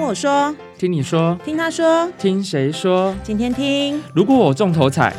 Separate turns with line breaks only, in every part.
我说，
听你说，
听他说，
听谁说？
今天听，
如果我中头彩，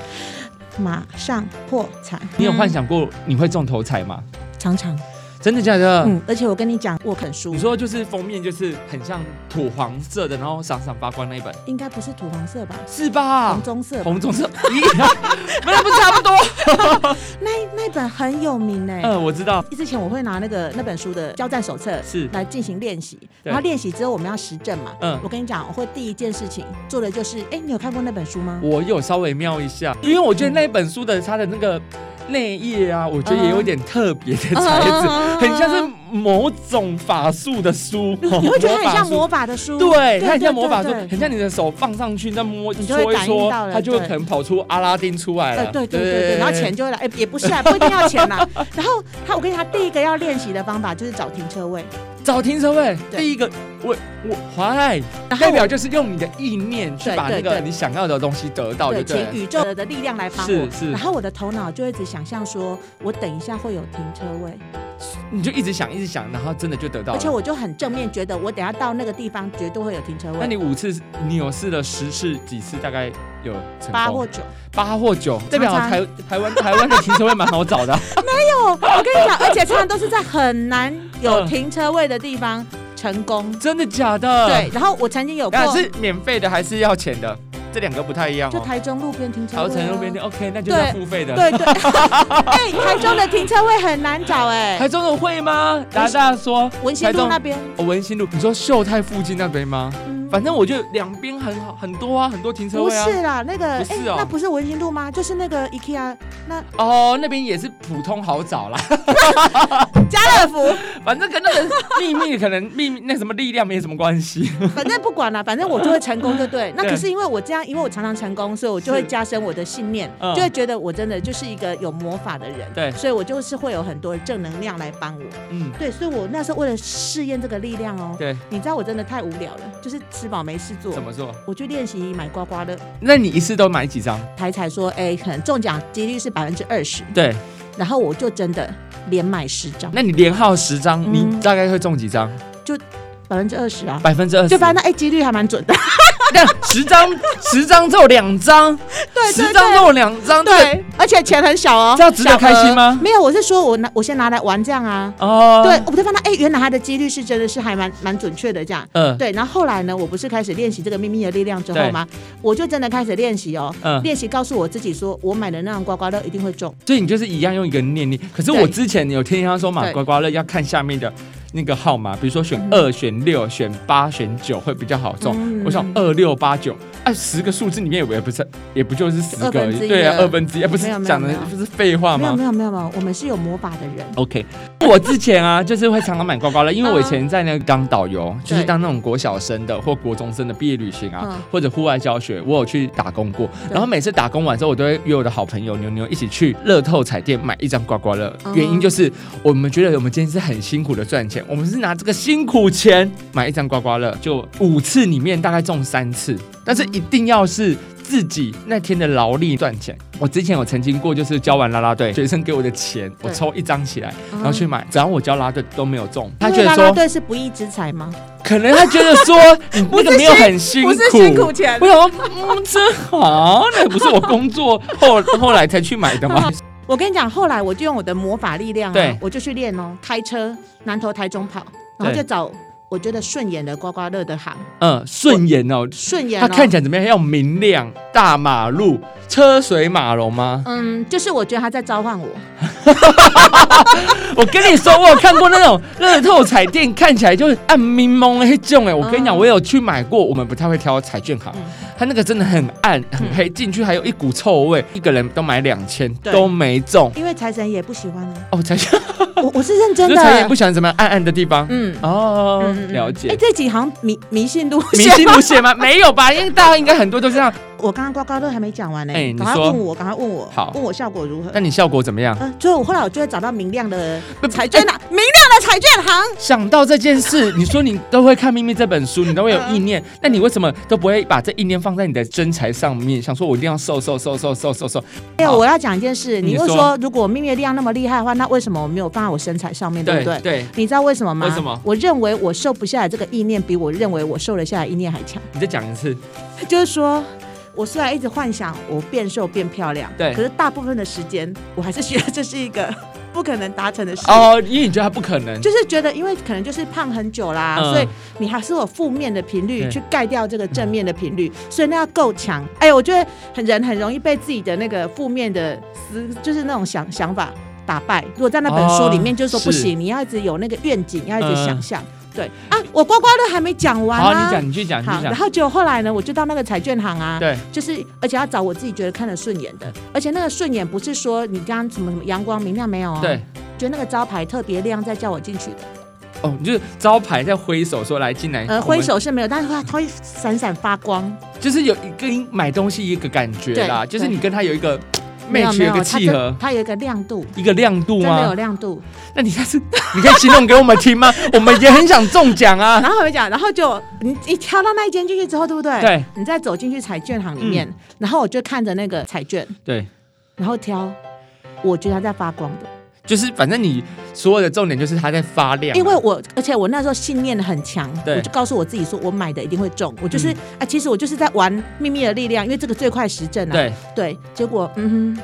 马上破产。嗯
你有幻想过你会中头彩吗？
常常，
真的假的？
嗯，而且我跟你讲，我肯输
你。说就是封面就是很像土黄色的，然后闪闪发光那一本，
应该不是土黄色吧？
是吧
红？棕色吧，
啊红棕色，咦 那不 差不多？
那那本很有名哎、
嗯，我知道，
之前我会拿那个那本书的交战手册
是
来进行练习，
对
然后练习之后我们要实证嘛。
嗯
我跟你讲，我会第一件事情做的就是，哎、你有看过那本书吗？
我有稍微瞄一下，因为我觉得那本书的它的那个内页啊，我觉得也有点特别的材质，
嗯
很像是某种法术的书，
你
你
会觉得它很像魔法的书，
对，它很像魔法书，
对对对
很像你的手放上去，那摸
你就会
搓一
感应
搓
到，了
它就会
对
可能跑出阿拉丁出来
呃
了。
对对对对，然后钱就会来，哎、也不是啊，不一定要 钱啦。然后他，我跟你讲，他第一个要练习的方法就是找停车位。
找停车位，
对
第一个我我 why
然后
代
我
表就是用你的意念去
对
把那
对
个
对
你想要的东西得到，
对，
就对
请
了。
宇宙的力量来帮我
是。是
然，后我的头脑就一直想象说，我等一下会有停车位，
你就一直想一直想，然后真的就得到
而且
了。
我就很正面，觉得我等一下到那个地方绝对会有停车
那
位。
你五次，你有试了十次，几次大概有成功？
八或九，
八或九，代表
常常
台 台湾台湾的停车位蛮 好找的啊、
哦，我跟你讲，而且常常都是在很难有停车位的地方成功。
真的假的？
对，，然后我曾经有过，
嗯那是免费的还是要钱的？这两个不太一样
就
哦。
台中路边停车位、啊。
桃城路边店 OK，那就是要付费的。
对 对，哎、台中的停车位很难找哎、
台中的会吗？大家说
文心
台
路
中
那边，
哦文心路，你说秀泰附近那边吗？
嗯
反正我就两边很好很多啊，很多停车
不
位啊。
是啦，那个哎
不是哦
那不是文心路吗？就是那个 IKEA
哦，那边也是普通好找啦，
家乐福，
反正跟那个秘密可能秘密那什么力量没什么关系。
反正不管啦，反正我就会成功，就 对。那
对
可是因为我这样，因为我常常成功，所以我就会加深我的信念，
嗯
就会觉得我真的就是一个有魔法的人。
对
所以我就是会有很多正能量来帮我。
嗯，
对，所以我那时候为了试验这个力量哦，
对，
你知道我真的太无聊了，就是吃饱没事做
怎，么做？
我去练习买刮刮乐。
那你一次都买几张？
台彩说，哎、可能中奖几率是百分之二十，
对，
然后我就真的连买十张，
那你连号十张，
嗯
你大概会中几张？
百分之二十啊，
百分之二十。
就发现 哎几率还蛮准的，
但十 张，十张只有两张，
对
十张只有两张，这
对，而且钱很小哦，
这样值得
小额
开心吗
没有，我是说我拿我先拿来玩这样啊，
个哦，
对，，我就发现哎原来它的几率是真的是还蛮蛮准确的这样。
嗯
对，然后后来呢，我不是开始练习这个秘密的力量之后
对
吗？我就真的开始练习哦，
嗯，
练习告诉我自己说，我买的那种刮刮乐一定会中。
所以你就是一样用一个念力。可是我之前有听他说买
对
刮刮乐要看下面的那个号码，比如说选
嗯
二、选六、选八、选九会比较好中。
嗯
我想二六八九，哎，十个数字里面也不是，也不就是十
二
个而
分
已，
之一
对啊，
了
二分之一，哎不是
没有没有
讲的
没有
不是废话
没有
啊吗
没有没有没有，我们是有魔法的人。
？OK，我之前啊，就是会常常买刮刮乐，因为我以前在那个当导游，就
嗯
是
对
当那种国小生的或国中生的毕业旅行啊
嗯，
或者户外教学，我有去打工过。
对
然后每次打工完之后，我都会约我的好朋友牛牛一起去乐透彩店买一张刮刮乐。
嗯
原因就是我们觉得我们今天是很辛苦的赚钱，我们是拿这个辛苦钱买一张刮刮乐，就五次里面大概中三次，但是一定要是。自己那天的劳力赚钱，我之前有曾经过，就是教完啦啦队学生给我的钱，我
对
抽一张起来，
然
然后去买，只要我教嗯拉队都没有中，他
因
觉
为
得
啦啦
说，
队是不义之财吗？
可能他觉得 说你那个没有很辛苦，
钱
我想说，嗯，真好，那不是我工作后后来才去买的 吗？
我跟你讲，后来我就用我的魔法力量、啊，
对
我就去练哦，开车南投、台中跑，然后
对
就找我觉得顺眼的刮刮乐的行，
嗯，顺眼哦，嗯
顺眼、
他
哦。
看起来怎么样？要明亮，大马路，车水马龙吗？
嗯，就是我觉得他在召唤我，
我跟你说，我有看过那 种乐透彩店，看起来就是暗迷蒙的那种哎。我跟你
嗯
讲，我有去买过，我们不太会挑彩券行嗯
嗯，
它那个真的很暗很黑，进去还有一股臭味，一个人都买两千
对
都没中
因为财神也不喜欢啊，
哦，才
我我是认真
就
的。
常也不喜欢怎么样暗暗的地方。
嗯，
哦，
嗯嗯嗯
了
哎、
解。
这集好像迷迷信路
迷
线
信路线吗？没有吧，因为大家应该很多都这样。
我刚刚刮刮乐还没讲完呢、
哎你
赶快
说
问我，赶快问我，
好
问我效果如何？
那你效果怎么样？
呃，最后我后来我就会找到明亮的
不哎
彩券啦，明亮的彩券行。
想到这件事，你说你都会看《秘密》这本书，你都会有意念，那你为什么都不会把这意念放在你的真材上面？想说我一定要瘦瘦瘦瘦瘦瘦瘦，
哎呦，
好
我要讲一件事，你
你
又
说
说如果秘密的力量那么厉害的话，那为什么我没有放在我身材上面，对不对？
对，
你知道为什么吗？
为什么
我认为我瘦不下来这个意念，比我认为我瘦得下来意念还强。
你再讲一次，
就是说我虽然一直幻想我变瘦变漂亮，
对
可是大部分的时间我还是觉得这是一个 不可能达成的事。
哦，因为你觉得它不可能，
就是觉得，因为可能就是胖很久啦，
嗯
所以你还是有负面的频率
对
去盖掉这个正面的频率，所以那要够强。哎呦，我觉得很人很容易被自己的那个负面的思，就是那种想想法打败。如果在那本书里面，
哦
就是说不
是
行，你要一直有那个愿景，要一直
嗯
想象。对啊，我刮刮乐还没讲完
好，
啊。
你讲，你去讲，你
好，
去
然
讲，
后结果后来呢，我就到那个彩券行啊，
对，
就是而且要找我自己觉得看得顺眼的，而且那个顺眼不是说你刚刚什么什么阳光明亮没有哦，
对，，
觉得那个招牌特别亮，再叫我进去的，
哦，你就是招牌在挥手说来进来，
呃，
哎我们
挥，手是没有，但是它它会闪闪发光，
就是有一跟你买东西一个感觉啦，
对
就是你跟他有一个
没有
match
没
有
有，
一个
它
契合
就。它有一个亮度，
一个亮度
真的有
吗？
亮度。
那你下次你可以形容给我们听吗？我们也很想中奖啊！
然后我就讲，然后就你你挑到那一间进去之后，对不对？
对。
你再走进去彩券行里面，然后我就看着那个彩券，
对，
然后挑，我觉得它在发光的。
就是反正你所有的重点就是它在发亮啊，
因为我，而且我那时候信念很强，
对嗯
我就告诉我自己说，我买的一定会中。我就是、啊，其实我就是在玩秘密的力量，因为这个最快实证啊。
对
对，结果嗯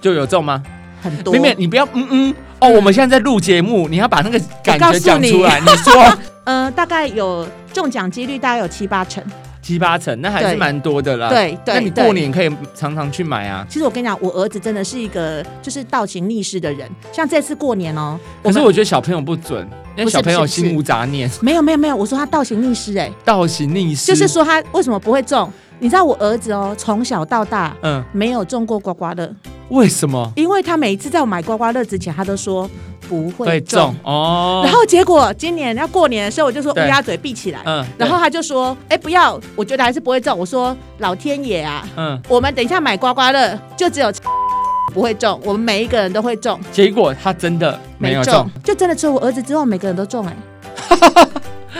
就有中吗？
哼，很多。
妹妹，你不要嗯嗯哦，我们现在在录节目，你要把那个感
我告
觉
诉
讲出来。你说
呃，大概有中奖几率大概有七八成。
七八成，那还是
对
蛮多的啦。
对对
啊那你
对
过年可以常常去买啊。
其实我跟你讲，我儿子真的是一个就是倒行逆施的人。像这次过年哦，
可是
们
我觉得小朋友不准，因为
不是
小朋友
不是
心无杂念，
没有没有没有，我说他倒行逆施哎、
倒行逆施。
就是说他为什么不会中？你知道我儿子哦，从小到大
嗯，
没有中过刮刮乐，
为什么
因为他每一次在我买刮刮乐之前，他都说不会
会
中。
中？哦，
然后结果今年要过年的时候，我就说乌
对
鸦嘴闭起来，
嗯，
然后他就说：“哎、不要，我觉得还是不会中。”我说：“老天爷啊，
对嗯，
我们等一下买刮刮乐，就只有 不会中，我们每一个人都会中，
结果他真的没有中，，
就真的只有我儿子之后，每个人都 中、哎，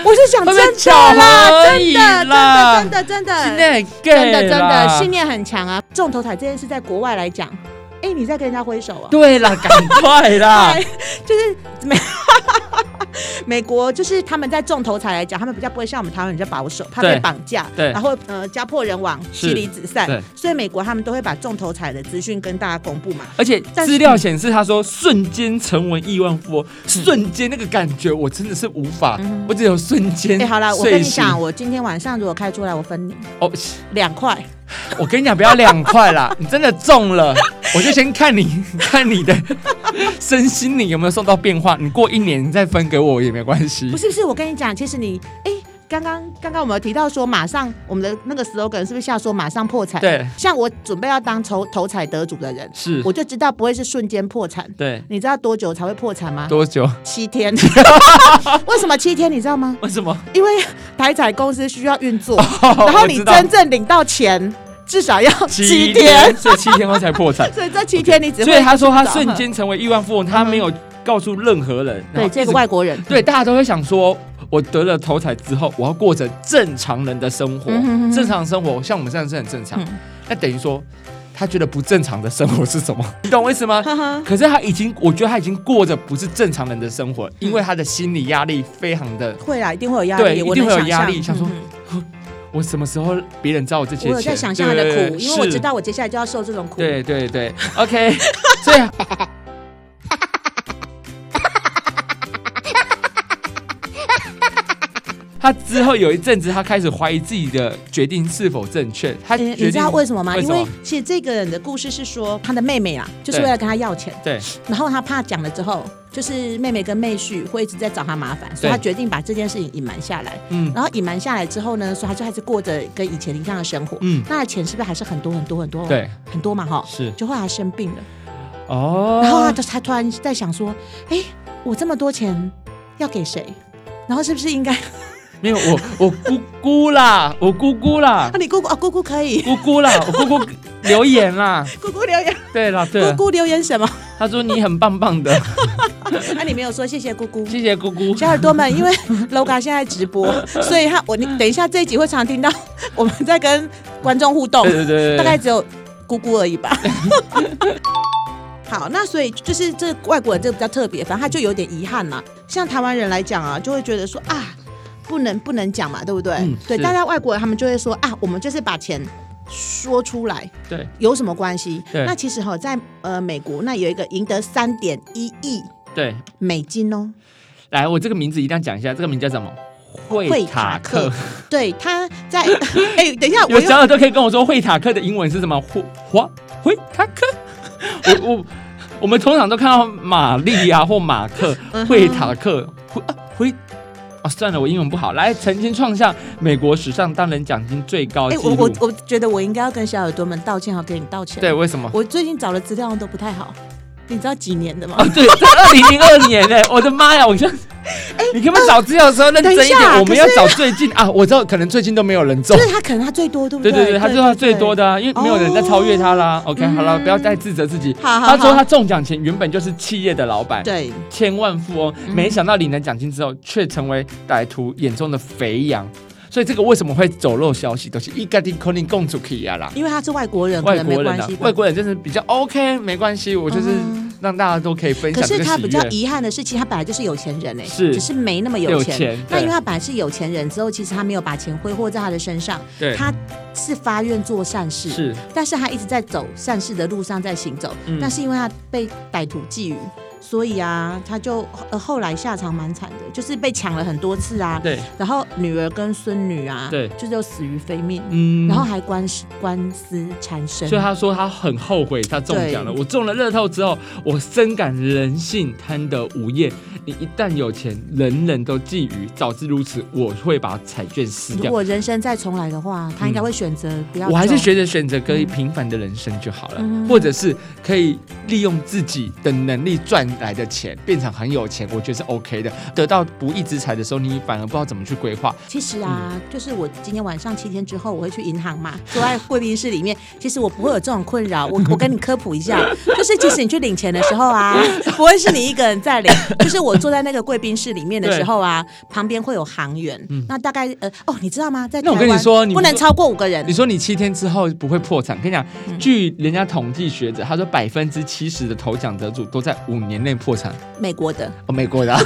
我是想
会不
真
会
的
巧
啦，
合而
真
已
的，
啦
真的，真的，真
现
的，
在
真的，真的，信念很强啊！中头彩这件事，在国外来讲，哎、你在跟人家挥手啊？，
对啊啦，赶快啦
就是美 美国就是他们在重头彩来讲，他们比较不会像我们台湾人比较保守，怕被
对
绑架，
对
然后呃家破人亡，
是
妻离子散
对，
所以美国他们都会把重头彩的资讯跟大家公布嘛。
而且
但是
资料显示，他说瞬间成为亿万富翁，瞬间那个感觉，我真的是无法，
嗯
我只有瞬间
哎、
睡醒。
好了，我跟你讲，我今天晚上如果开出来，我分你
哦，
两块。
我跟你讲，不要两 块啦，你真的中了，我就先看你 看你的身心灵有没有受到变化，你过一年你再分给我也没关系
不。是不是，我跟你讲，其实你哎。刚刚刚刚我们有提到说，马上我们的那个 slogan 是不是下说马上破产？，
对，
像我准备要当头头彩得主的人，
是，
我就知道不会是瞬间破产。
对，
你知道多久才会破产吗？
多久？
七 天。为什么七天？你知道吗？
为什么？
因为台彩公司需要运作，然后你
哦我知道
真正领到钱，至少要七
七
天。
天，所以七天后才 破产。
所以这七天你只会，
所以他说他瞬间成为亿万富翁，他没有告诉任何人。
嗯
然
对
后
这
一
个
直
外国人，
对，大家都会想说，我得了头彩之后，我要过着正常人的生活，
嗯哼哼
正常生活，像我们这样是很正常。
嗯
那等于说，他觉得不正常的生活是什么？ 你懂我意思吗？
哈哈，
可是他已经，我觉得他已经过着不是正常人的生活，因
嗯
为他的心理压力非常的。
会啦，一定会有压
对
力，
一
我
定
能
会有
想
压
象
力想说
嗯
我什么时候别人知道我这些
我
钱？
有在想象他的
对
苦，因为我
是
知道我接下来就要受这种苦。
对对对，OK，所 以。 他之后有一阵子，他开始怀疑自己的决定是否正确。他
嗯
决定
你知道为什么吗？
为
因
什么
为其实这个人的故事是说，他的妹妹啊，就是
对
为了跟他要钱，
对
然后他怕讲了之后，就是妹妹跟妹婿会一直在找他麻烦，所以
对
他决定把这件事情隐瞒下来。
嗯
然后隐瞒下来之后呢，所以他就开始过着跟以前一样的生活。
嗯
那钱是不是还是很多很多很多？，
对
很多嘛哈。
是
就后来他生病了，
哦，
然后他就他突然在想说，哎，我这么多钱要给谁？然后是不是应该
没有我我姑姑啦， 我姑姑啦
啊，，你姑姑啊，姑姑可以，
姑姑啦，我姑姑留言啦，
姑姑留言，
对啦对
姑
啦，
姑留言什么？
她说你很棒棒的，
啊，你没有说谢谢姑姑。
谢谢姑 姑。
小耳朵们，因为 LOGA 现在直播， 所以他我你等一下这一集会常听到 我们在跟观众互动
对，对对对，
大概只有姑姑而已吧。 好，那所以就是这外国人这个比较特别，反正他就有点遗憾嘛。像台湾人来讲啊，就会觉得说啊，不能不能讲嘛，对不对？
嗯
对，
是
大家外国人他们就会说啊，我们就是把钱说出来，
对
有什么关系？
对
那其实哈、在呃美国那有一个赢得三点一亿
对，
美金哦，
来，我这个名字一定要讲一下，这个名叫什么？
惠
惠
塔
塔
克
克，
对，他 在哎、等一下，我
有
又
小耳朵可以跟我说惠塔克的英文是什么？ 霍华惠塔克， 我我我们通常都看到玛丽啊或马克
嗯哼
惠塔克惠啊惠。哦，算了，我英文不好。来，曾经创下美国史上单人奖金最高
哎、
纪
我
录。
我我觉得我应该要跟小耳朵们道歉，好给你道歉。
对，为什么？
我最近找的资料都不太好，你知道几年的吗？
哦，对，在二零零二年呢、我的妈呀！我像，你可不可以找资料的时候认真
哎
一
等一下
点？
可
我们
是
要找最近啊，我知道可能最近都没有人中
就。是他可能他最多，对不
对
对
对对，他就是他最多。的、啊，因为没有人在超越他啦。OK，
嗯
好了，不要再自责自己。
好好好
他说他中奖前原本就是企业的老板，
对，
千万富翁，
嗯
没想到领了奖金之后，却成为歹徒眼中的肥羊。所以这个为什么会走漏消息，都是一个地可能供出去呀啊啦。
因为他是外国人，可
外
能没
国人
关
啊
系，吧。
外国人就是比较 OK，没关系，我就是
嗯
让大家都可以分享
可
这
是
个
他
喜
比较
悦。
遗憾的是，其实他本来就是有钱人哎、
是
只是没那么有
有
钱。
钱
那
对
因为他本来是有钱人之后，其实他没有把钱挥霍在他的身上，
对，
他是发愿做善事，
是
但是他一直在走善事的路上在行走，
嗯
那是因为他被歹徒觊觎，所以啊，他就呃后来下场蛮惨的，就是被抢了很多次啊，
对，
然后女儿跟孙女啊，
对
就是都死于非命，
嗯
然后还官司官司缠身
所，以他说他很后悔他中奖了。
对
我中了乐透之后，我深感人性贪得无厌。你一旦有钱，人人都觊觎。早知如此，我会把彩券撕
如
掉。
果人生再重来的话，他应该会选择不要、
我还是。学着选择可以平凡的人生就好了，
嗯
或者是可以利用自己的能力赚来的钱，变成很有钱，我觉得是 OK 的。得到不义之财的时候，你反而不知道怎么去规划。
其实啊，
嗯
就是我今天晚上七天之后，我会去银行嘛， 坐在贵宾室里面。其实我不会有这种困扰， 我我跟你科普一下，就是即使你去领钱的时候啊，不会是你一个人在领，就是我坐在那个贵宾室里面的时候啊，旁边会有行员，那大概呃哦，你知道吗？在
嗯那我
台
跟你
湾
说你
不
不
能
是
超过五个人
你，说你七天之后不会破产，跟你讲，据人家统计学者他说，百分之七十的头奖得主都在五年内破产。
美国的。
哦，美国的、
我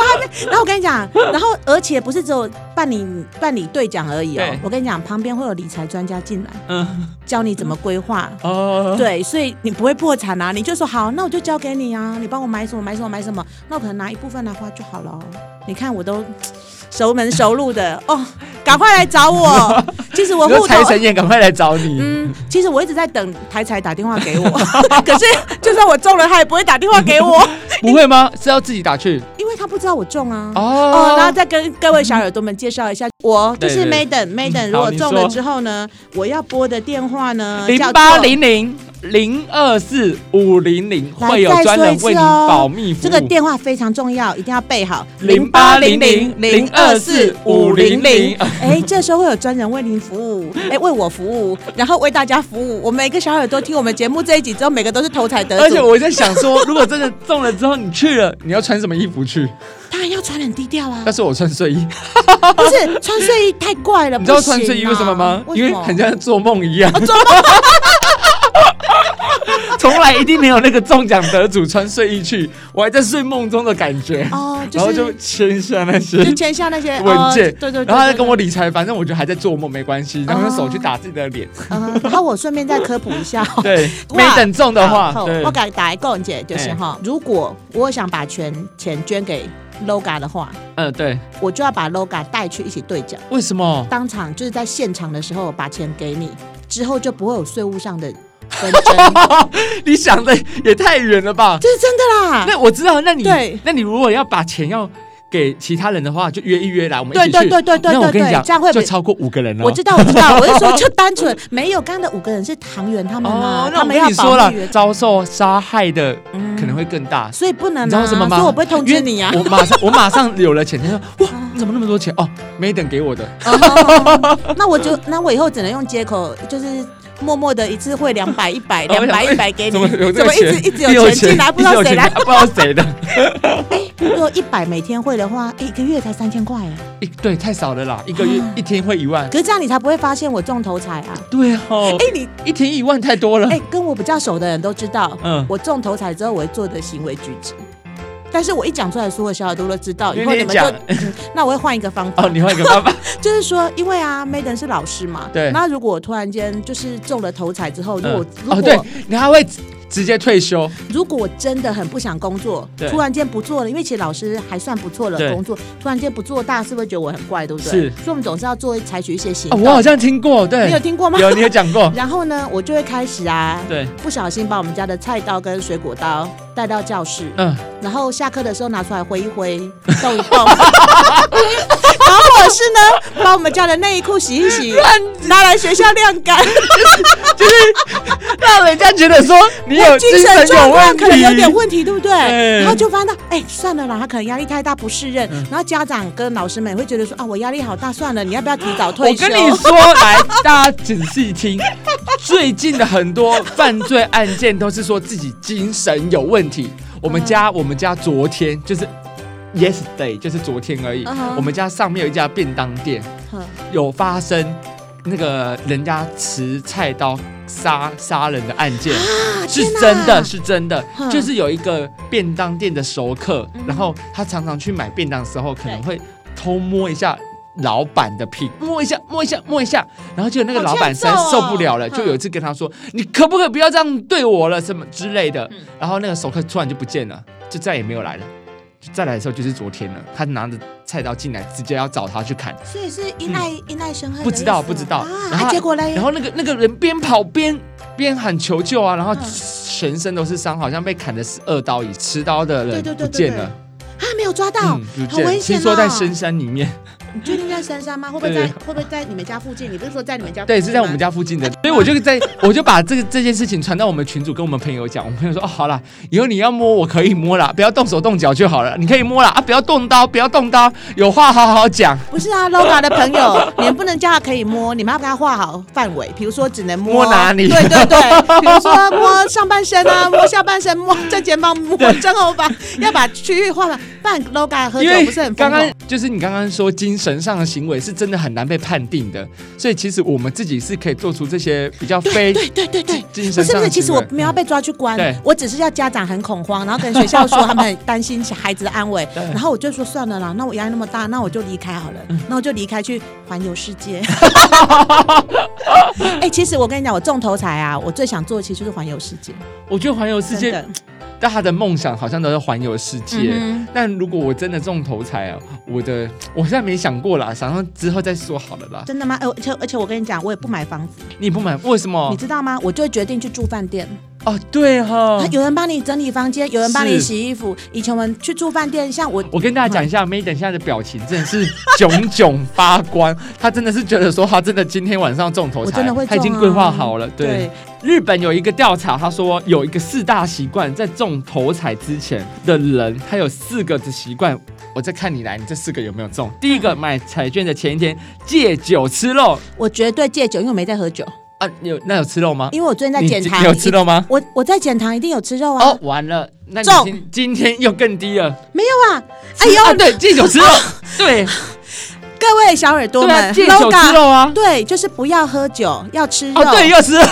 还没。然后我跟你 讲，然后而且不是只有办理办理兑奖而已哦
对。
我跟你讲，旁边会有理财专家进来
嗯，
教你怎么规划。
哦，
对，所以你不会破产啊！你就说好，那我就交给你啊，你帮我买什么买什么买什么，那我可能拿一部分来花就好了哦。你看我都熟门熟路的哦， 赶快来找我。其实我
你说
户头
财神爷赶快来找你。
嗯，其实我一直在等台财打电话给我， 可是就算我中了，他也不会打电话给 我，
不会吗？是要自己打去
因为他不知道我中啊。
哦。
哦，然后再跟各位小耳朵们介绍一下，我就是
对
Maiden Maiden，
嗯
如果
好你
中了
说
之后呢，我要拨的电话呢，
零
叫
八
做
零零零二四五零零
来
会有
再
专
说一
人
次
为您
哦
保密服务。
这个电话非常重要，一定要备好
0800-024-500。
哎，这时候会有专人为您服务，哎，为我服务，然后为大家服务。我每一个小耳朵听我们节目这一集之后，每个都是头彩得主，
而且我在想说，如果真的中了之后你去了，你要穿什么衣服 去？
当然要穿很低调啊哦
但，是我穿睡衣，
不是穿睡衣太怪了。
你知道
不行啊
穿睡衣为什么吗？
什
因为
么哦
很像在做梦一样。 从来一定没有那个中奖得主穿睡衣去，我还在睡梦中的感觉。
哦，
然后
就是
就签下那些
就签下那 些
文件
哦，对对对，
然后他
对
在跟我理财，反正我就还在做梦，没关系。然后用手去打自己的脸，
嗯，然后我顺便再科普一下哦，
对，
哇
没等中的话
好，
对哎
我，敢打一个人姐就是哈，如果我想把全钱捐给 LOGA 的话，
嗯，对，
我就要把 LOGA 带去一起兑奖，
为什么？
当场就是在现场的时候把钱给你，之后就不会有税务上的纷 争，
你想的也太远了吧？
这是真的啦。
那我知道，那你
对
那你如果要把钱要给其他人的话，就约一约来，我们一
对
起去。
对对对对
那我
对
跟你
对，
讲，
这样会比
就超过五个人了。
我知道，我知道，我是说，就单纯没有刚刚的五个人是唐源他们啊
哦，，那
他
我
们
跟
要
你说
保
了
密原，则，
遭受杀害的可能会更大。
所以不能啊，
你知道为什么吗？
所以我不会通知你啊
因为。我马上我马上有了钱，他说哇，你怎么那么多钱？哦，Maiden 给我的，
哦那我就那我以后只能用接口，就是默默的一次汇两百、一 百、哎两百、一百给你，
哦怎么有
怎
这个
么一
钱？
直一 直有钱进来，不知道谁来
一直有钱，不知道谁的。
如果一百每天汇的话，哎一个月才三千块耶，
一对太少了啦，一个月
啊
一天会一万。
可是这样你才不会发现我中头彩啊！
对哦，
哎， 你
一天一万太多了
哎，跟我比较熟的人都知道，
嗯
我中头彩之后我会做的行为举止。但是我一讲出来，所有小耳朵都知道，以
因
后
为
你
你
们就
讲，
那我会换一个方法，
哦，你换一个爸爸，
就是说，因为啊，Maiden 是老师嘛，
对
那如果我突然间就是中了头彩之后，如果、 如
哦
果、
对，你还会直接退休，
如果我真的很不想工作，
对
突然间不做了，因为其实老师还算不错了
对
工作，突然间不做，大家是不是觉得我很怪，对不对？
是
所以我们总是要做采取一些行
哦，
动。
我好像听过，对
你有，听过吗？，
有你有讲过
然后呢，我就会开始啊，
对，
不小心把我们家的菜刀跟水果刀带到教室，
嗯，
然后下课的时候拿出来挥一 挥，动一动。 然后或者是呢，把我们家的内衣裤洗一洗，拿来学校晾干。
让人家觉得说你 有
精神
神
状
有
况
问
可能有点
题。
问题，对不对？
对
然后就发现到，哎，算了啦，他可能压力太大，不适任。
嗯
然后家长跟老师们也会觉得说，啊，我压力好大，算了，你要不要提早退
我
休？
跟你说，来，大家仔细听，最近的很多犯罪案件都是说自己精神有问题。我们
嗯
家，我们家昨天就是 yesterday，就是昨天而已。
嗯哼
我们家上面有一家便当店，
哼
有发生那个人家持菜刀杀杀人的案件，是
啊天哪
真的，是真的
哼，
就是有一个便当店的熟客
嗯，
然后他常常去买便当的时候，可能
对
会偷摸一下。老板的屁股摸一下，摸一下，摸一下，然后就那个
好
老板实在
欠揍
受
哦
不了了，
哼
就有一次跟他说：“你可不可以不要这样对我了，什么之类的
嗯？”
然后那个熟客突然就不见了，就再也没有来了。就再来的时候就是昨天了，他拿着菜刀进来，直接要找他去砍。
所以是因爱因爱生恨的意思吗，
嗯不知道不知道然后嗯
啊，结果嘞
然，后那个那个人边跑边边喊求救啊，然后
嗯
全身都是伤，好像被砍了十二刀以持刀的
对
人
对对
不见
对
了，
啊，没有抓到
嗯，，
好
不见了。
危险
听
哦。
说在深山里 面，
你确定在深山吗？会不会在
对
会不会在你们家附近？你不是说在你们家？
对，是在我们。家附近
嗯
的，所以我就在我就把这个这件事情传到我们群主，跟我们朋友讲，我们朋友说哦，好啦，以后你要摸我可以摸啦，不要动手动脚就好了，你可以摸啦啊，不要动刀，不要动刀，有话好好讲，
不是啊，LOGA 的朋友， 你们不能叫他可以摸，你们要给他画好范围，比如说只能摸
摸哪里
对对对，比如说摸上半身 啊，摸下半身，摸正前方，摸正后方，要把区域画满。不然 LOGA 喝
因
酒
为
不是很疯
刚
狂
刚就是你刚刚说精神上的行为是真的很难被判定的，所以其实我们自己是可以做出这些比较非
对对对对。
精
不
神
是
上
不
的行为。
是，其实我没有要被抓去关
对，
我只是要家长很恐慌，然后跟学校说他们很担心孩子的安危，
对嗯
然后我就说算了啦，那我压力那么大，那我就离开好了，那我就离开去环游世 界。哎、其实我跟你讲，我中头彩啊，我最想做的其实就是环游世界，
我觉得环游世
真
界，
的。
大家的梦想好像都是环游世界。
嗯
但如果我真的中头彩啊，我的我现在没想过啦，想到之后再说好了啦
哼。真的吗？哎而且而且我跟你讲，我也不买房子，
你不买为什
你
么？
知道吗？我就会决定去住饭店，
哦，对哈
啊，有人帮你整理房间，有人帮你
是
洗衣服。以前我们去住饭店，像我
我跟大家讲一下，Maiden 现在的表情真的是炯炯发光，她真的是觉得说她真的今天晚上中头
我
彩，
真的会
她已
中
经
啊
规划好了。对，日本有一个调查，他说有一个四大习惯，在中头彩之前的人，他有四个的习惯。我再看你来，你这四个有没有中？第一个，买彩券的前一天戒酒吃肉
我绝对戒酒，因为我没在喝酒，
啊，你有那有吃肉吗？
因为我最近在
你
减
今
糖，
你有吃肉吗？
我我在减糖，一定有吃肉啊！
哦，完了，那你
中
今今天又更低了。
没有啊，哎呦，哦
啊对，戒酒吃肉，对
各位小耳朵
对啊，
们
戒酒吃
LOGA
肉啊。
对，就是不要喝酒，要吃肉。
哦，对，又吃肉，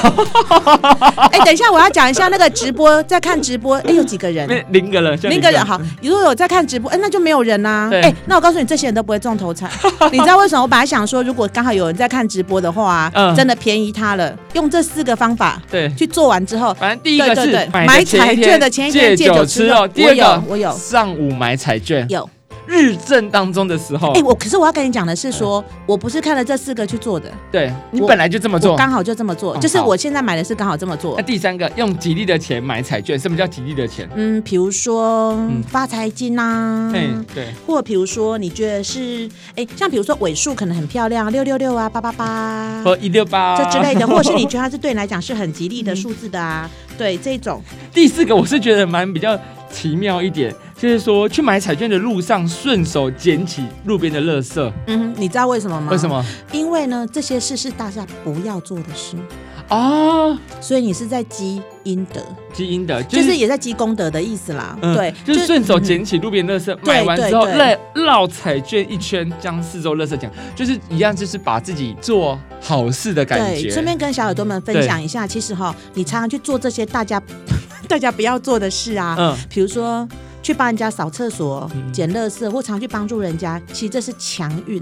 哎、等一下我要讲一下那个直播，在看直播，哎、有几个人？
没零个人，就
那个人好，如果有在看直播，哎、那就没有人呐、
对
哎、那我告诉你，这些人都不会中头 彩。你知道为什么？我本来想说，如果刚好有人在看直播的话、啊，
嗯
真的便宜他了。用这四个方法
对，
去做完之后，
反正第一个
对
是
对对
买的前
买彩
一天
券的前一天
戒酒吃哦
戒酒吃肉
第二个
我有我有
上午买彩券，
有
日正当中的时候，
哎，我可是我要跟你讲的
嗯
是说，我不是看了这四个去做的，
对你
我
本来就这么
我
哦做。
刚好就这么做，
哦
就是
好哎
我现在买的是刚好这么做
那。第三个，用吉利的钱买彩券，什么叫吉利的钱？
嗯，比如说
嗯
发财金啊，
哎、对，
或比如说你觉得是哎，像比如说尾数可能很漂亮，六六六啊，八八八。
和一六八哦
这之类
嗯
的，或者是你觉得它是对你来讲是很吉利的数字的啊，对这种，
第四个我是觉得蛮比较奇妙一点，就是说去买彩券的路上顺手捡起路边的垃圾，
嗯，你知道为什么吗？
为什？么？
因为呢，这些事是大家不要做的事，啊
哦，
所以你是在积阴德，
基因的，、
就是是也在积功德的意思啦。
嗯
对，
就是顺手捡起路边垃圾，
对
买完之后
对对
绕绕彩券一圈，将四周垃圾捡，就是一样，就是把自己做好事的感
对，
觉。
顺便跟小耳朵们分享一下，其实哈，你常常去做这些大家 大家不要做的事啊，
嗯，
比如说。去帮人家扫厕所
嗯、
捡垃圾，或常去帮助人家，其实这是强运，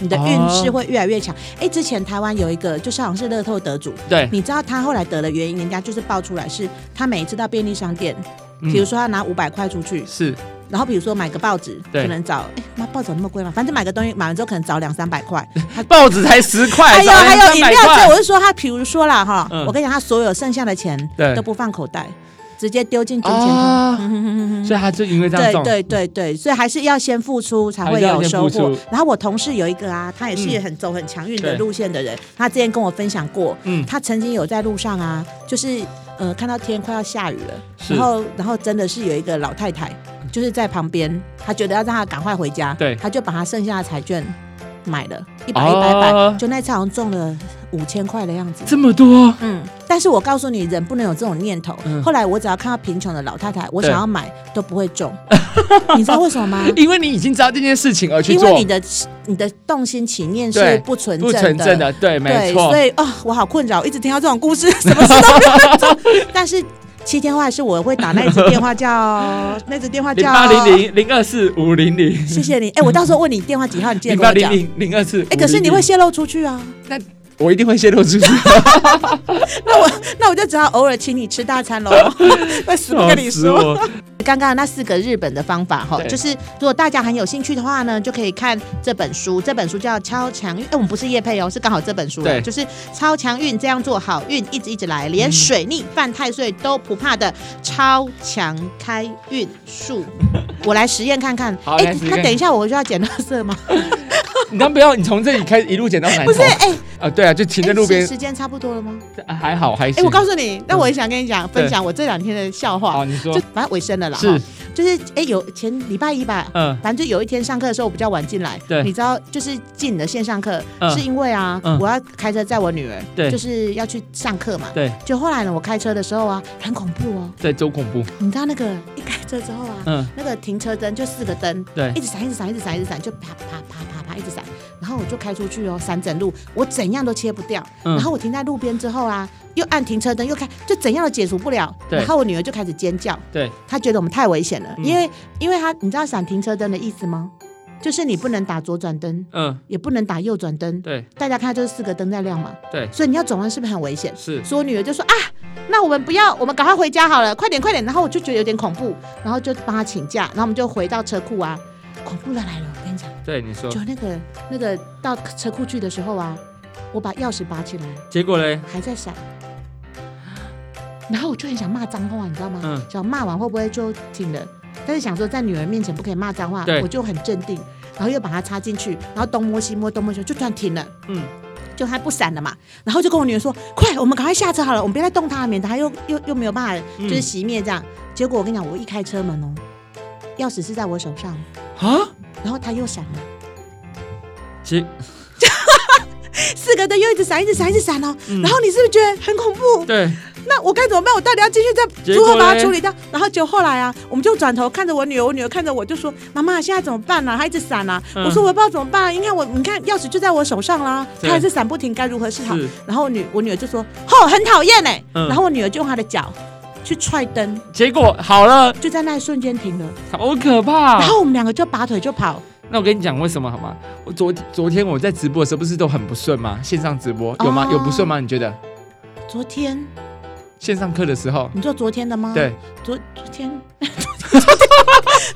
你的
哦
运势会越来越强。哎、之前台湾有一个，就是好像是乐透得主，
对，
你知道他后来得的原因，人家就是爆出来是他每一次到便利商店，
嗯
比如说他拿五百块出去，
是
然后比如说买个报纸，
对
可能找哎妈报纸有那么贵吗？反正买个东西买完之后可能找两三百块，
报纸才十块，
哎还有
早餐
还有饮
300
料
块
这我是说他比如说啦哈，
嗯
我跟你讲他所有剩下的钱
对
都不放口袋，直接丢进金钱桶。
啊， 所以他就因为这
嗯
样
对
中，
对对对，所以还是要先付出才会有收
还是要先
获
付出。
然后我同事有一个啊，他也是
嗯
很走很强运
对
的路线的人，他之前跟我分享过，
嗯，
他曾经有在路上啊，就是呃看到天快要下雨了，
是
然后然后真的是有一个老太太，就是在旁边，她觉得要让她赶快回家，
对哦
她就把她剩下的彩券买了一百一百百，就那次好像中了五千块的样子。
这么多，
嗯，但是我告诉你，人不能有这种念头。
嗯
后来我只要看到贫穷的老太太，我
对
想要买都不会 中，你知道为什么吗？
因为你已经知道这件事情而去
因
做，
为你的你的动心起念
对
是不纯
不
正的，
纯正的，对，没
对，
错
所，以啊、我好困扰，一直听到这种故事， 什么事都没有做。但是七天后还是我会打那一支电话叫，那支电话
零
叫
八零。零零二四五零零，
谢谢你，哎、我到时候问你电话几号，你记得
零
跟
八
我讲
零。零零二四，
哎、可是你会，泄露出去啊，
那我一定会泄 露出去。
那我那我就只好偶尔请你吃大 餐喽。那死不跟你说。
我，
刚刚的那四个日本的方法哈，
对
就是如果大家很有兴趣的话呢，就可以看这本书。这本书叫《超强运》，哎，我们不是叶配哦，是刚好这本书
对
了，就是《超强运》，这样做好运一直一直来，连水逆犯太岁都不怕的超强开运术。我来实验看看。
好来实验
那等一下我回去要捡垃圾吗？
你刚不要，你从这里开始一路捡到南头。
不是，哎、
啊，对啊，就停在
哎
路边
时，时间差不多了吗？
啊还好还
哎、
行。
我告诉你，那我也想跟你讲，分
对
享我这两天的笑话
嗯哦好，。你说啊
就反正尾声了啦，
是
哈，就是哎、有前礼拜一吧，
嗯，
反正就有一天上课的时候，我比较晚进来，
对
你知道，就是进你的线上课，
嗯
是因为啊，
嗯
我要开车载我女儿，
对
就是要去上课嘛。
对，
就后来呢，我开车的时候啊，很恐怖哦，
在周恐怖，
你知道那个一开车之后啊，
嗯，
那个停车灯就四个灯，
对
一直闪，一直闪，一直闪，一直闪，就啪啪啪啪啪一直闪，然后我就开出去哦，闪整路，我怎样都切不掉。
嗯
然后我停在路边之后啊，又按停车灯，又开，就怎样都解除不了。
对
然后我女儿就开始尖叫，
对，
她觉得我们太危险了，
嗯
因为因为她你知道闪停车灯的意思吗？就是你不能打左转灯，
嗯，
也不能打右转灯，
对
大家看到就是四个灯在亮嘛，
对
所以你要转弯是不是很危险？
是，
所以我女儿就说啊，那我们不要，我们赶快回家好了，快点快点。然后我就觉得有点恐怖，然后就帮她请假，然后我们就回到车库啊，恐怖的来了，我跟你讲，
对你说
就，那个那个到车库去的时候啊，我把钥匙拔起来，
结果嘞，
还在闪。然后我就很想骂脏话，你知道吗？
嗯
想骂完会不会就停了？但是想说在女儿面前不可以骂脏话
对，
我就很镇定，然后又把它插进去，然后东摸西摸，东摸西摸，就突然停了。
嗯，
就他不闪了嘛，然后就跟我女儿说：“快，我们赶快下车好了，我们别再动它了，免得它又又又没有办法
嗯
就是熄灭这样。结果我跟你讲，我一开车门哦，钥匙是在我手上，
啊，
然后它又闪了，
结，
四个灯又一直闪，一直闪，一直闪哦。
嗯
然后你是不是觉得很恐怖？
对，
那我该怎么办？我到底要继续再
结
如
果
何把它
嘞
处理掉？然后就后来啊，我们就转头看着我女儿，我女儿看着我就说：“妈妈，现在怎么办呢、啊？她一直闪啊。
嗯
我说：“我不知道怎么办、啊。你看我，你看钥匙就在我手上啦，
对
她还是闪不停，该如何是好
是？”
然后我女我女儿就说：“吼，很讨厌哎。”
嗯
然后我女儿就用她的脚去踹灯，
结果好了，
就在那一瞬间停了。
好可怕
然。后我们两个就拔腿就跑。
那我跟你讲为什么好吗？我昨昨天我在直播的时候不是都很不顺吗？线上直播有吗？
哦
有不顺吗？你觉得？
昨天，
线上课的时候，
你说嗯昨天的吗？
对，
昨昨天，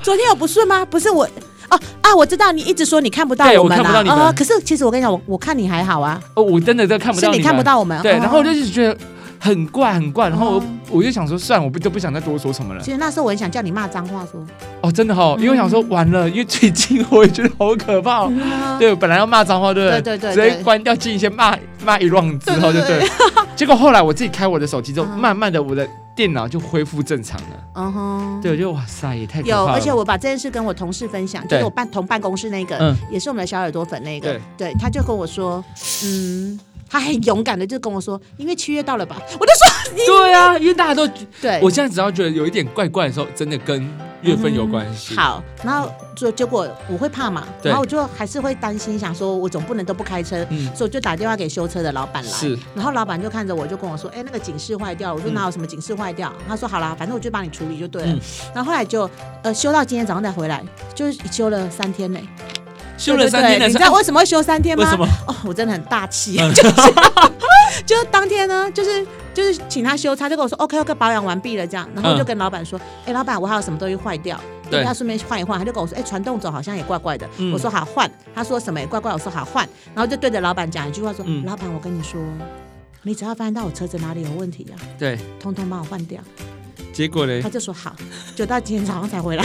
昨天有不顺吗？不是我哦啊，我知道你一直说你看不到
对
们
我看不
啊
到你们
哦可是其实我跟你讲，我我看你还好啊，
哦，我真的在看不
是
到
你
们
看不。到我们。
对，
哦
然后我就一直觉得很怪很怪，然后我
哦
我就想说，算了，我不就不想再多说什么了。
其实那时候我很想叫你骂脏话说，
哦，真的哦，因为我想
嗯
说完了，因为最近我也觉得好可怕哦。
对
对，本来要骂脏话，对不对？
嗯对对对
直
对
接关掉静一些，骂骂一 round 之后就
对
对。结果后来我自己开我的手机之后，
嗯
慢慢的我的电脑就恢复正常了。
嗯哼，
对，我就哇塞，也太可
有，
怕了。
而且我把这件事跟我同事分享，就
对
是我办同办公室那个，
嗯
也是我们的小耳朵粉那个，对，他就跟我说，嗯，他很勇敢的就跟我说，因为七月到了吧，我就说，
对啊，因为大家都，
对，
我现在只要觉得有一点怪怪的时候，真的跟月份有关系。
嗯好，然后就结果我会怕嘛，
对
然后我就还是会担心，想说我总不能都不开车，
嗯，
所以我就打电话给修车的老板来，
是，
然后老板就看着我，就跟我说：“哎、那个警示坏掉了。”我说：“
嗯
哪有什么警示坏掉？”他说：“好啦，反正我就帮你处理就对了。
嗯
然后后来就呃修到今天早上再回来，就是修了三天呢、
休了三天
对对对
的
你
时啊
知
候
道，为什么会修三天吗？
为什么？
哦，我真的很大气，
嗯
就是就是当天呢，就是就是请他修，他就跟我说 OK OK 保养完毕了这样，然后我就
嗯
跟老板说，哎、老板我还有什么东西坏掉，
对
对，他顺便换一换，他就跟我说，哎、传动轴好像也怪怪的，
嗯
我说好换，他说什么也怪怪，我说好换，然后就对着老板讲一句话说，
嗯
老板我跟你说，你只要发现到我车子哪里有问题呀、啊，
对，
通通帮我换掉。
结果呢
他？就说 好，就到今天早上才回来，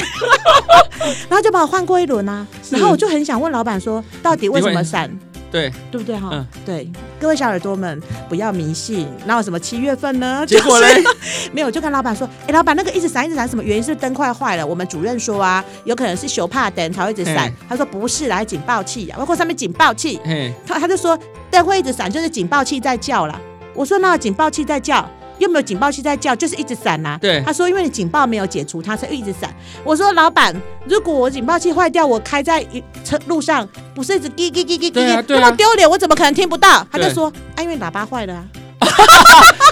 然后就把我换过一轮啊，
是
然后我就很想问老板说，到底为什
你
么
会
闪？
对，
对不对哈、
嗯
对，各位小耳朵们不要迷信。哪有什么七月份呢？
结果嘞
就是、没有，就跟老板说，哎，老板那个一直闪一直闪，什么原因？是不是灯快坏了？我们主任说啊，有可能是修怕灯才会一直闪
嗯。
他说不是啦，还警报器啊，包括上面警报器，
嘿，
他他就说灯会一直闪，就是警报器在叫啦。我说那有警报器在叫。又没有警报器在叫，就是一直闪呐、啊
对
他说因为你警报没有解除，它才一直闪。我说老板，如果我警报器坏掉，我开在一车路上，不是一直滴滴滴滴滴，
对啊对
那
啊
么丢脸，我怎么可能听不到？他
对
就说啊，因为喇叭坏了啊。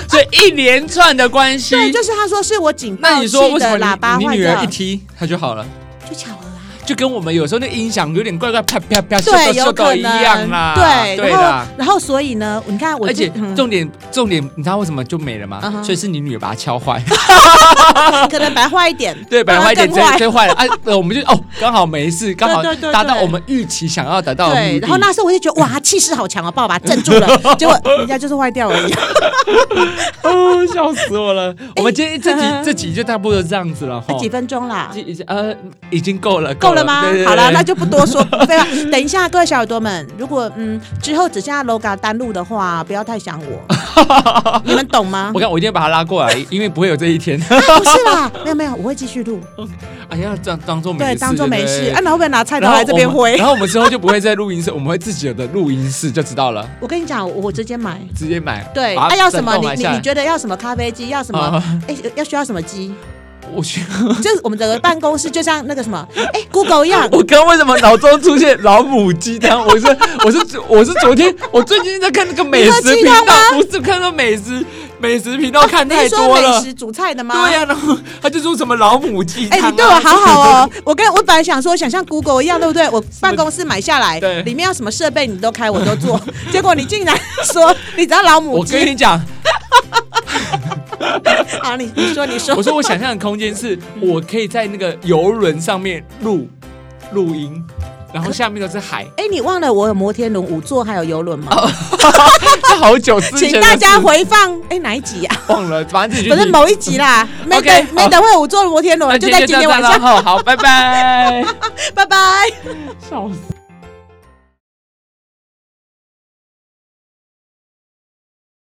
所以一连串的关系。
对，就是他说是我警
那
报器
你说为什
的
么你
喇叭
你
坏
女儿
掉
一，踢她就好了？
就巧合啊。
就跟我们有时候那个音响有点怪怪，啪啪啪，
对，有
秀
可
到
能
一样啦。
对，
对
然
啦
后。然后所以呢，你看我
而
就
且
嗯
重点重点，你知道为什么就没了吗
嗯哼
所以是你女儿把它 敲坏，
可能白坏一点，
对，把它坏一点，
啊更
真真坏了。哎，呃我们就哦，刚好没事，刚好
对对对
达到
对
我们预期想要达到的目
对，
的。
然后那时候我就觉得哇，他气势好强哦，把我把他镇住了，结果人家就是坏掉而已。
哦，笑死 我了。我们今天这集这集就差不多这样子了哈。
哎几分钟啦？
已经呃已经够了，
够了吗
哦对对？对
好了，那就不多说，对吧？等一下，各位小耳朵们，如果嗯之后只剩下 LOGA 单录的话，不要太想我， 你们懂吗哎
我？看我一定要把他拉过来，因为不会有这 一天。
不是啦，没有没有，我会继续录，
哎呀，这样当做没
对，
事，
当做没事。
对
啊，然后会不会拿菜
然
刀
后
来这边
我们
挥
然？后我们之后就不会在录音室，我们会自己有的录音室就知道了，
我跟你讲，我直接买。
直接买。
对，
把它
啊，要什么？
整
你
栋买
你
下来
你觉得要什么咖啡机？要什么
啊？
哎，要需要什么机？
我去，
就是我们整个办公室就像那个什么，哎，Google 一样，
我刚刚为什么脑中出现老母鸡汤？我是我是我是昨天我最近在看那个美食频
你喝鸡汤
道
吗，哦
不是看到美食美食频道看
你
太
是
多
说美
了。
食煮菜的吗？
对啊呀、然后他就说什么老母鸡汤
哎、
啊、
你对我好好哦！我跟我本来想说，想像 Google 一样，对不对？我办公室买下来，
对
里面要什么设备你都开，我都做。 结果你竟然说你只要老母
我跟
鸡
你讲，
啊！你你说你说
我，说我想象的空间是，我可以在那个游轮上面录录音，然后下面都是 海。
哎、你忘了我有摩天轮、五座还有游轮吗？
哦这好久之前
请
的
大家
事
回放，哎、哪一集啊？
忘了，反正自己去
反正
听
某一集 啦，没等
OK，好
没等会有五座摩天
那
轮，就
今
在
天
今
就
天
到
晚
这 了
上，
吼好，拜拜，
拜拜。
笑死。